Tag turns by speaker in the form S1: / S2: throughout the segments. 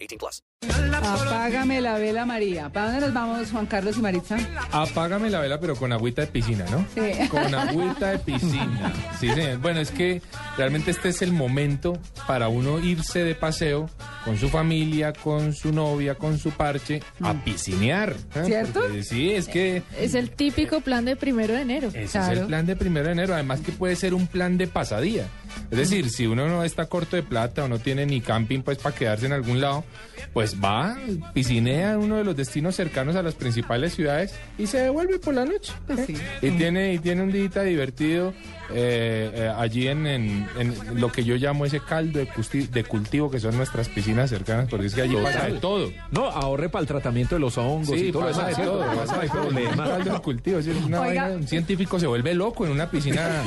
S1: 18 plus.
S2: Apágame la vela, María. ¿Para dónde nos vamos, Juan Carlos y Maritza?
S3: Apágame la vela, pero con agüita de piscina, ¿no?
S2: Sí.
S3: Con agüita de piscina. Sí, señor. Bueno, es que realmente este es el momento para uno irse de paseo con su familia, con su novia, con su parche, a piscinear. ¿eh?
S2: Mm. ¿Cierto? Eh,
S3: Porque sí, es que
S4: Es el típico plan de primero de enero.
S3: ese es
S2: claro.
S3: el plan de primero de enero. Además que puede ser un plan de pasadía. Es decir, si uno no está corto de plata o no tiene ni camping pues para quedarse en algún lado, pues va, piscinea en uno de los destinos cercanos a las principales ciudades y se devuelve por la noche. ¿eh?
S2: Pues sí.
S3: Y tiene, y tiene un día divertido eh, eh, allí en, en- en lo que yo llamo ese caldo de, custi- de cultivo que son nuestras piscinas cercanas, porque es que allí pasa de todo.
S5: No, ahorre para el tratamiento de los hongos
S3: Sí,
S5: y todo lo
S3: pasa de
S5: demás, ¿cierto?
S3: todo,
S5: No
S3: pasa de
S5: hay
S3: todo. Un
S5: problema.
S3: caldo de cultivo, sí, es una
S2: Oiga.
S3: vaina, un científico se vuelve loco en una piscina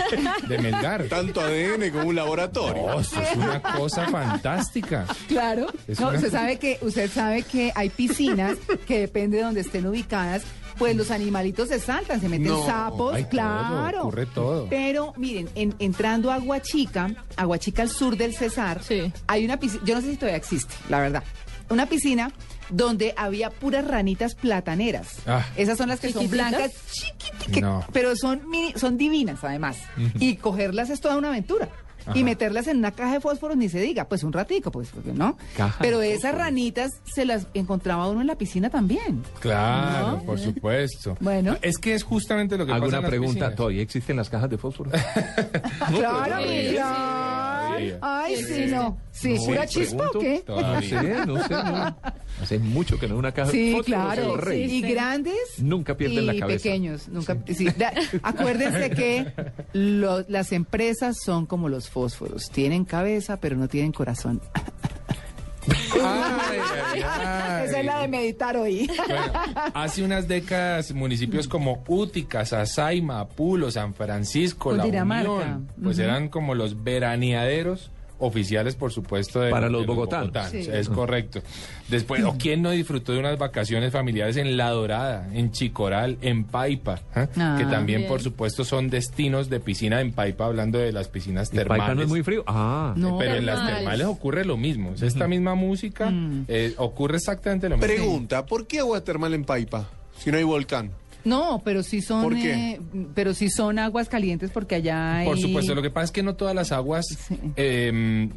S3: de Melgar.
S6: tanto ADN como un laboratorio.
S3: Oh, esto es una cosa fantástica.
S2: Claro.
S3: Es
S2: No,
S3: una-
S2: usted sabe que usted sabe que hay piscinas que depende de donde estén ubicadas, pues los animalitos se saltan, se meten
S6: No,
S2: sapos,
S3: hay todo,
S2: claro.
S3: ocurre todo.
S2: Pero miren, en- entrando a Aguachica, Aguachica al sur del Cesar,
S4: Sí.
S2: hay una piscina, yo no sé si todavía existe, la verdad. Una piscina donde había puras ranitas plataneras.
S3: Ah.
S2: Esas son las que son
S4: ¿Chiquititas?
S2: blancas, chiquiticas,
S3: No.
S2: pero son mini- son divinas además. Y cogerlas es toda una aventura. Y
S3: Ajá.
S2: meterlas en una caja de fósforos ni se diga, pues un ratico, pues, porque ¿no?
S5: Caja
S2: Pero
S5: de
S2: esas ranitas se las encontraba uno en la piscina también.
S3: Claro, por supuesto.
S2: Bueno.
S3: Es que es justamente lo que pasa en
S5: ¿Alguna
S3: las
S5: pregunta?
S3: piscinas.
S5: ¿Todavía existen las cajas de fósforo? Ah,
S2: claro,
S4: sí,
S5: pues,
S2: claro.
S3: sí.
S2: Ay, sí, no. Sí,
S5: No, pues,
S2: pura
S5: pregunto.
S2: chispa o qué?
S5: No sé, no sé. no. Hace mucho que no es una caja de
S2: Sí,
S5: fósforo.
S2: claro.
S5: señor Rey.
S2: Y grandes.
S5: Nunca pierden
S2: y
S5: la cabeza.
S2: pequeños. Nunca, sí, da- acuérdense que lo- las empresas son como los fósforos. Tienen cabeza, pero no tienen corazón.
S3: Ay, ay, ay.
S2: Esa es la de meditar hoy.
S3: Bueno, hace unas décadas municipios como Útica, Sasaima, Apulo, San Francisco, La
S2: Cundinamarca.
S3: Unión, pues
S2: Ujú.
S3: eran como los veraneaderos oficiales, por supuesto, de
S5: Para
S3: de
S5: los bogotanos.
S2: Sí.
S3: Es correcto. Después, ¿o quién no disfrutó de unas vacaciones familiares en La Dorada, en Chicoral, en Paipa? ¿eh?
S2: Ah,
S3: que también,
S4: bien.
S3: por supuesto, son destinos de piscina en Paipa, hablando de las piscinas
S5: ¿Y
S3: termales.
S5: Paipa no es muy frío? Ah.
S2: No.
S3: Pero en las
S4: Termales.
S3: termales ocurre lo mismo. Es esta misma música,
S2: Mm.
S3: eh, ocurre exactamente lo mismo.
S6: Pregunta, ¿por qué agua termal en Paipa si no hay volcán?
S2: No, pero sí son,
S6: ¿Por qué?
S2: eh, pero sí son aguas calientes porque allá hay.
S3: Por supuesto, lo que pasa es que no todas las aguas em, em,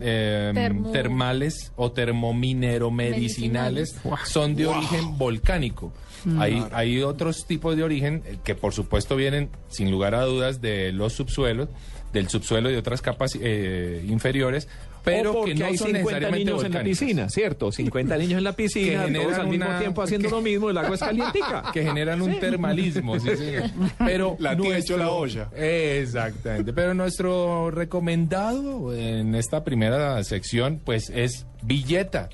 S4: Termo-
S3: termales o termomineromedicinales son de origen volcánico. Hay, hay otros tipos de origen eh, que por supuesto vienen sin lugar a dudas de los subsuelos, del subsuelo y de otras capas eh, inferiores,
S5: O
S3: pero
S5: porque
S3: que no
S5: hay
S3: son
S5: 50
S3: necesariamente
S5: niños en la
S3: volcánicos.
S5: piscina, ¿cierto? 50 niños en la piscina,
S3: generan
S5: todos al mismo
S3: una-
S5: tiempo haciendo lo mismo, el agua es calientica.
S3: que generan un termalismo. sí, señor. Pero
S6: La tía
S3: nuestro-
S6: echó la olla.
S3: Exactamente. Pero nuestro recomendado en esta primera sección, pues es Villeta.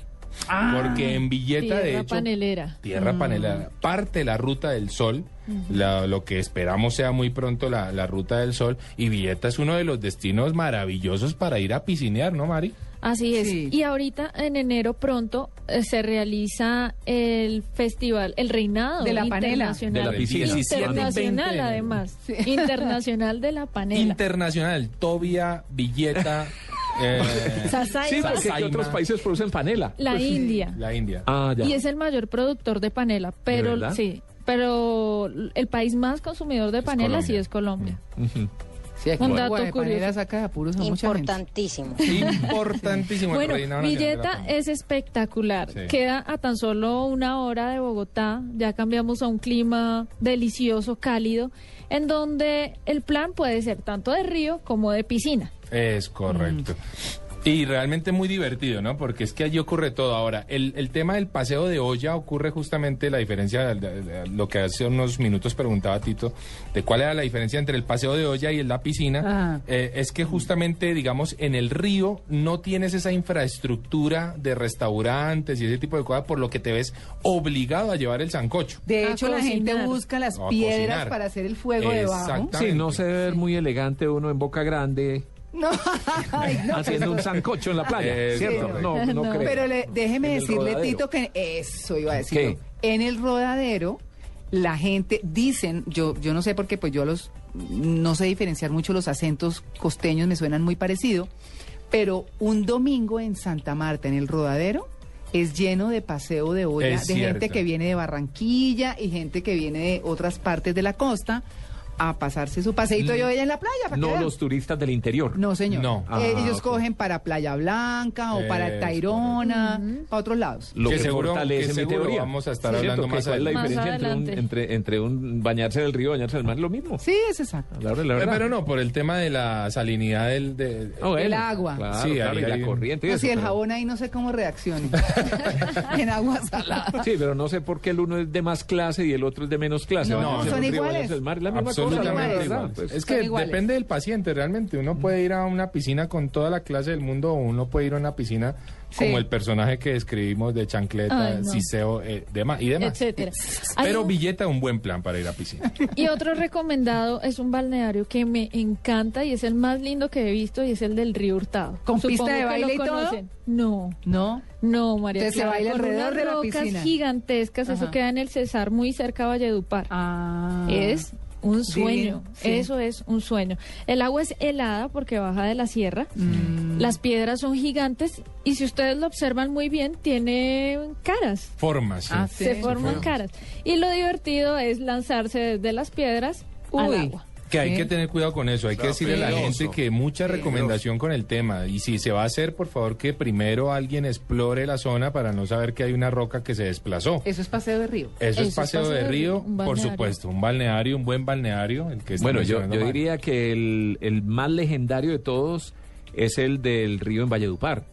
S3: Porque en Villeta,
S4: Ah, Tierra Mm.
S3: de hecho.
S4: panelera.
S3: Tierra panelera. Parte de la ruta del sol. la- lo que esperamos sea muy pronto la, la ruta del sol. Y Villeta es uno de los destinos maravillosos para ir a piscinear, ¿no, Mari?
S4: Así es.
S2: Sí.
S4: Y ahorita en enero pronto eh, se realiza el festival, el reinado
S2: De la panela.
S4: internacional.
S5: De la piscina.
S3: 17 y 20 de
S4: Internacional
S3: enero.
S4: además.
S2: Sí.
S4: Internacional de la panela.
S3: Internacional. Tobia, Villeta. eh,
S4: Sasaima,
S5: Sí, porque aquí
S3: Sasaima.
S5: otros países producen panela. Pues
S4: la
S2: Pues
S4: India.
S3: La India.
S5: Ah, ya.
S4: Y es el mayor productor de panela, pero
S5: verdad?
S4: sí, pero el país más consumidor de panela sí
S3: Colombia.
S4: es Colombia.
S2: Sí, aquí
S4: Un
S2: en
S4: dato
S2: Guadapanela
S4: curioso.
S2: saca de apuros a mucha gente.
S7: Importantísimo.
S3: Importantísimo. el
S4: Bueno,
S3: reinado nacional de la
S4: Villeta
S3: fama.
S4: es espectacular.
S3: Sí.
S4: Queda a tan solo una hora de Bogotá. Ya cambiamos a un clima delicioso, cálido, en donde el plan puede ser tanto de río como de piscina.
S3: Es correcto. Y realmente muy divertido, ¿no? Porque es que allí ocurre todo. Ahora, el, el tema del paseo de olla ocurre justamente la diferencia, de- de- de- lo que hace unos minutos preguntaba Tito, de cuál era la diferencia entre el paseo de olla y la piscina.
S2: Ajá.
S3: Eh, es que justamente, digamos, en el río no tienes esa infraestructura de restaurantes y ese tipo de cosas, por lo que te ves obligado a llevar el sancocho.
S2: De
S4: A
S2: hecho, la gente
S4: cocinar.
S2: busca las
S3: O a
S2: piedras
S3: cocinar.
S2: para hacer el fuego debajo.
S3: Exactamente.
S5: Sí, no se debe ver muy elegante uno en Boca Grande
S2: No, ay, no,
S5: haciendo
S2: pero-
S5: un sancocho en la playa,
S3: Eh,
S5: ¿cierto?
S3: sí,
S5: No, no,
S4: no.
S5: creo.
S2: Pero le- déjeme
S5: En el
S2: decirle,
S5: rodadero.
S2: Tito, que eso iba a decir.
S5: ¿Qué?
S2: En el rodadero, la gente dicen, yo, yo no sé porque pues yo a los no sé diferenciar mucho los acentos costeños, me suenan muy parecido, pero un domingo en Santa Marta, en el rodadero, es lleno de paseo de olla,
S3: Es
S2: de gente
S3: cierto.
S2: que viene de Barranquilla y gente que viene de otras partes de la costa a pasarse su paseito de olla en la playa. para que
S5: Mm. no
S2: vean.
S5: los turistas del interior.
S2: No, señor.
S3: No.
S5: Ah,
S2: Eh, ellos
S5: ok.
S2: cogen para Playa Blanca o para
S3: Es
S2: Tairona, para otros lados.
S5: Lo
S3: Que
S5: que,
S3: seguro-
S5: fortalece
S3: que
S5: mi
S3: seguro
S5: teoría.
S3: vamos a estar
S5: ¿Cierto?
S3: hablando
S5: que
S3: más
S5: ¿Cuál es la
S4: adelante.
S5: diferencia
S4: Más
S5: entre un,
S4: adelante.
S5: entre, entre un bañarse en el río, bañarse en el mar? Lo mismo.
S2: Sí, es exacto.
S5: A la hora de la
S3: Eh,
S5: verdad.
S3: Pero no, por el tema de la salinidad del... de-
S5: Ah, bueno,
S2: El agua.
S5: Claro,
S3: Sí,
S5: claro,
S3: ahí
S5: y
S3: hay
S5: la
S3: un-
S5: corriente. y
S2: No,
S5: eso,
S2: si el
S5: pero-
S2: jabón ahí no sé cómo reaccione. en agua salada.
S5: Sí, pero no sé por qué el uno es de más clase y el otro es de menos clase.
S2: No,
S5: Bañarse
S3: son
S5: en un río,
S2: iguales.
S5: bañarse en el mar, es la misma cosa,
S3: Absolutamente
S5: ¿verdad?
S3: igual.
S5: Pues,
S3: es
S2: son
S3: que
S2: iguales.
S3: depende del paciente, realmente. Uno puede ir a una piscina con toda la clase del mundo o uno puede ir a una piscina
S2: Sí.
S3: como el personaje que describimos de chancleta,
S4: Ay, no.
S3: siseo eh, demás, y demás.
S4: etcétera. Hay
S3: Pero
S4: un-
S3: billeta un buen plan para ir a piscina.
S4: y otro recomendado es un balneario que me encanta y es el más lindo que he visto y es el del río Hurtado.
S2: ¿Con pista de
S4: que
S2: baile
S4: lo
S2: y todo?
S4: conocen. No.
S2: No.
S4: No, María
S2: Entonces se
S4: Clara,
S2: baila
S4: con
S2: alrededor
S4: unas
S2: de la
S4: rocas
S2: piscina.
S4: gigantescas,
S2: Ajá.
S4: eso queda en el Cesar, muy cerca a Valledupar.
S2: Ah.
S4: Es
S2: Divino,
S4: un sueño,
S2: sí.
S4: eso es un sueño. El agua es helada porque baja de la sierra,
S2: Mm.
S4: las piedras son gigantes y si ustedes lo observan muy bien, tienen caras,
S3: Formas. sí.
S2: Ah, sí.
S4: se forman caras. Y lo divertido es lanzarse desde las piedras al
S2: Uy.
S4: agua.
S3: Que hay
S2: Sí.
S3: que tener cuidado con eso, hay que decirle a la
S6: peligroso.
S3: gente que mucha recomendación con el tema y si se va a hacer, por favor que primero alguien explore la zona para no saber que hay una roca que se desplazó.
S2: Eso es paseo de río.
S3: Eso es paseo de río,
S4: un
S3: por
S4: balneario.
S3: supuesto, un balneario, un buen balneario. El que está
S5: Bueno, yo,
S3: mencionando
S5: yo
S3: Mario.
S5: diría que el, el más legendario de todos es el del río en Valledupar,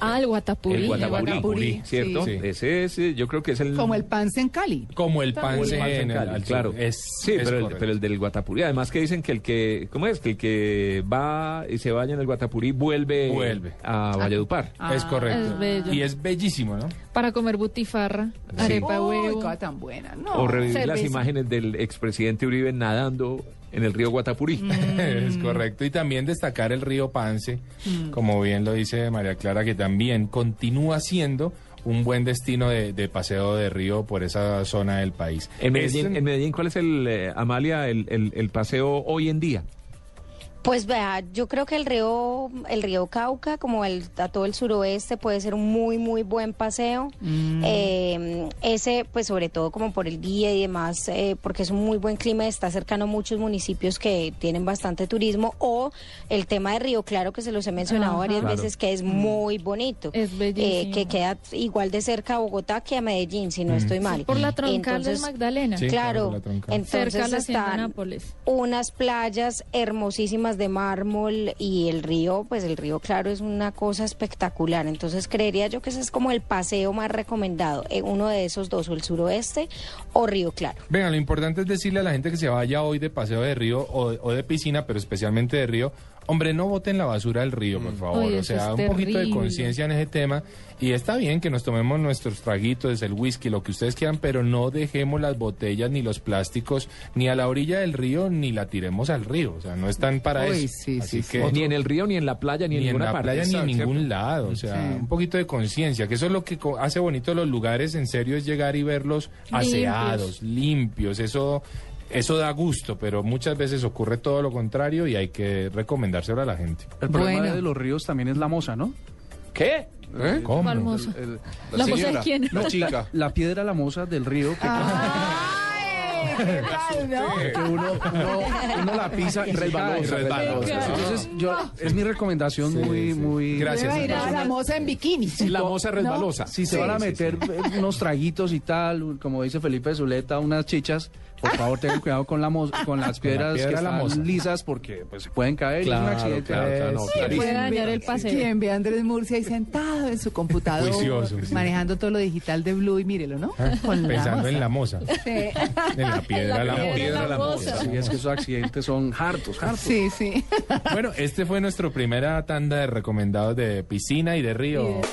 S4: Al Guatapurí.
S5: el Guatapurí,
S3: Guatapurí,
S5: ¿cierto?
S3: sí.
S5: Ese es, eh, yo creo que es el...
S2: Como el panza en Cali.
S3: Como el pan
S5: como el
S3: se-
S5: Panza en
S3: en el-
S5: Cali,
S3: al-
S5: claro.
S3: Es,
S5: sí,
S3: es
S5: pero, el,
S3: correcto.
S5: pero el del Guatapurí. Además que dicen que el que, ¿cómo es? Que el que va y se baña en el Guatapurí vuelve,
S3: Vuelve.
S5: a Valledupar.
S3: es correcto.
S4: Ah, Es bello.
S3: y es bellísimo, ¿no?
S4: Para comer butifarra,
S5: Sí.
S4: arepa de
S2: Uy,
S4: huevo.
S2: cosa tan buena. No.
S5: o revivir las
S4: cerveza.
S5: imágenes del expresidente Uribe nadando en el río Guatapurí.
S3: es
S4: Mm.
S3: correcto. Y también destacar el río Pance, como bien lo dice María Clara, que también continúa siendo un buen destino de, de paseo de río por esa zona del país.
S5: En Medellín,
S3: Es-
S5: en Medellín, ¿cuál es el, eh, Amalia, el, el- el paseo hoy en día?
S7: Pues vea, yo creo que el río, el río Cauca, como el a todo el suroeste, puede ser un muy, muy buen paseo.
S4: Mm.
S7: Eh, ese, pues sobre todo como por el día y demás, eh, porque es un muy buen clima, está cercano a muchos municipios que tienen bastante turismo. O el tema de Río Claro, que se los he mencionado
S4: Ajá. Mm.
S7: varias
S5: Claro.
S7: veces, que es muy bonito. eh,
S4: Es bellísimo.
S7: que queda igual de cerca a Bogotá que a Medellín, si no estoy mal.
S4: Sí, por la troncal
S7: Entonces,
S4: del Magdalena.
S3: Mm. Sí, claro, por
S7: claro,
S3: la troncal.
S7: entonces
S4: cerca a la hacienda
S7: están
S4: Nápoles.
S7: unas playas hermosísimas de mármol y el río, pues el río claro es una cosa espectacular. Entonces creería yo que ese es como el paseo más recomendado, eh, uno de esos dos, o el suroeste o río claro.
S3: Venga, lo importante es decirle a la gente que se vaya hoy de paseo de río o, o de piscina, pero especialmente de río, hombre, no boten la basura del río,
S2: Mm.
S3: por favor.
S4: Oye,
S3: o
S4: eso
S3: sea,
S4: es
S3: un poquito de
S4: terrible.
S3: conciencia en ese tema. Y está bien que nos tomemos nuestros traguitos, el whisky, lo que ustedes quieran, pero no dejemos las botellas ni los plásticos ni a la orilla del río ni la tiremos al río. O sea, no están para
S2: Uy,
S3: eso.
S2: sí,
S3: Así
S2: sí,
S3: que
S5: Ni en el río, ni en la playa, ni, en
S3: ni en
S5: ninguna
S3: la
S5: parte.
S3: playa ni en
S5: Exacto.
S3: ningún lado. O sea,
S2: Sí.
S3: un poquito de conciencia, que eso es lo que co- hace bonito los lugares, en serio, es llegar y verlos aseados, limpios. Eso, eso da gusto, pero muchas veces ocurre todo lo contrario y hay que recomendárselo a la gente.
S8: El problema
S2: Bueno.
S8: de los ríos también es la moza, ¿no?
S5: ¿Qué?
S6: ¿Eh?
S3: ¿Cómo?
S4: Palmosa.
S8: El-
S4: ¿La moza de quién?
S6: La chica.
S8: la piedra la moza del río. que-
S2: ¡Ay! ¿Qué tal, no?
S5: Porque uno, uno, uno la pisa y resbalosa.
S3: Ay, resbalosa.
S5: resbalosa. Entonces, yo, es mi recomendación muy, muy...
S3: Gracias.
S2: Debe ir a la moza en bikini.
S5: Si
S9: La
S5: co-
S9: moza resbalosa.
S5: Si se
S9: Sí,
S5: van a
S9: sí,
S5: meter eh, unos traguitos y tal, un- como dice Felipe Zuleta, unas chichas, por favor tengan cuidado con, la mo- con las piedras
S3: piedra
S5: que
S3: de la
S5: están
S3: moza.
S5: lisas porque pues, se pueden caer y es un
S9: Claro,
S5: accidente.
S9: claro, claro, no,
S5: Sí,
S9: claro.
S4: Puede
S2: Quien
S4: dañar
S2: ve-
S4: el paseo.
S2: Quien ve a Andrés Murcia ahí sentado en su computador,
S3: Juicioso, sí.
S2: manejando todo lo digital de Blue y mírelo, ¿no? Con la
S3: Pensando
S2: moza.
S3: en la moza.
S2: Sí.
S3: En la piedra, la,
S4: La
S3: moza.
S4: piedra, la moza.
S5: Sí, es que esos accidentes son hartos, hartos.
S2: Sí, sí.
S3: Bueno, este fue nuestra primera tanda de recomendados de piscina y de río.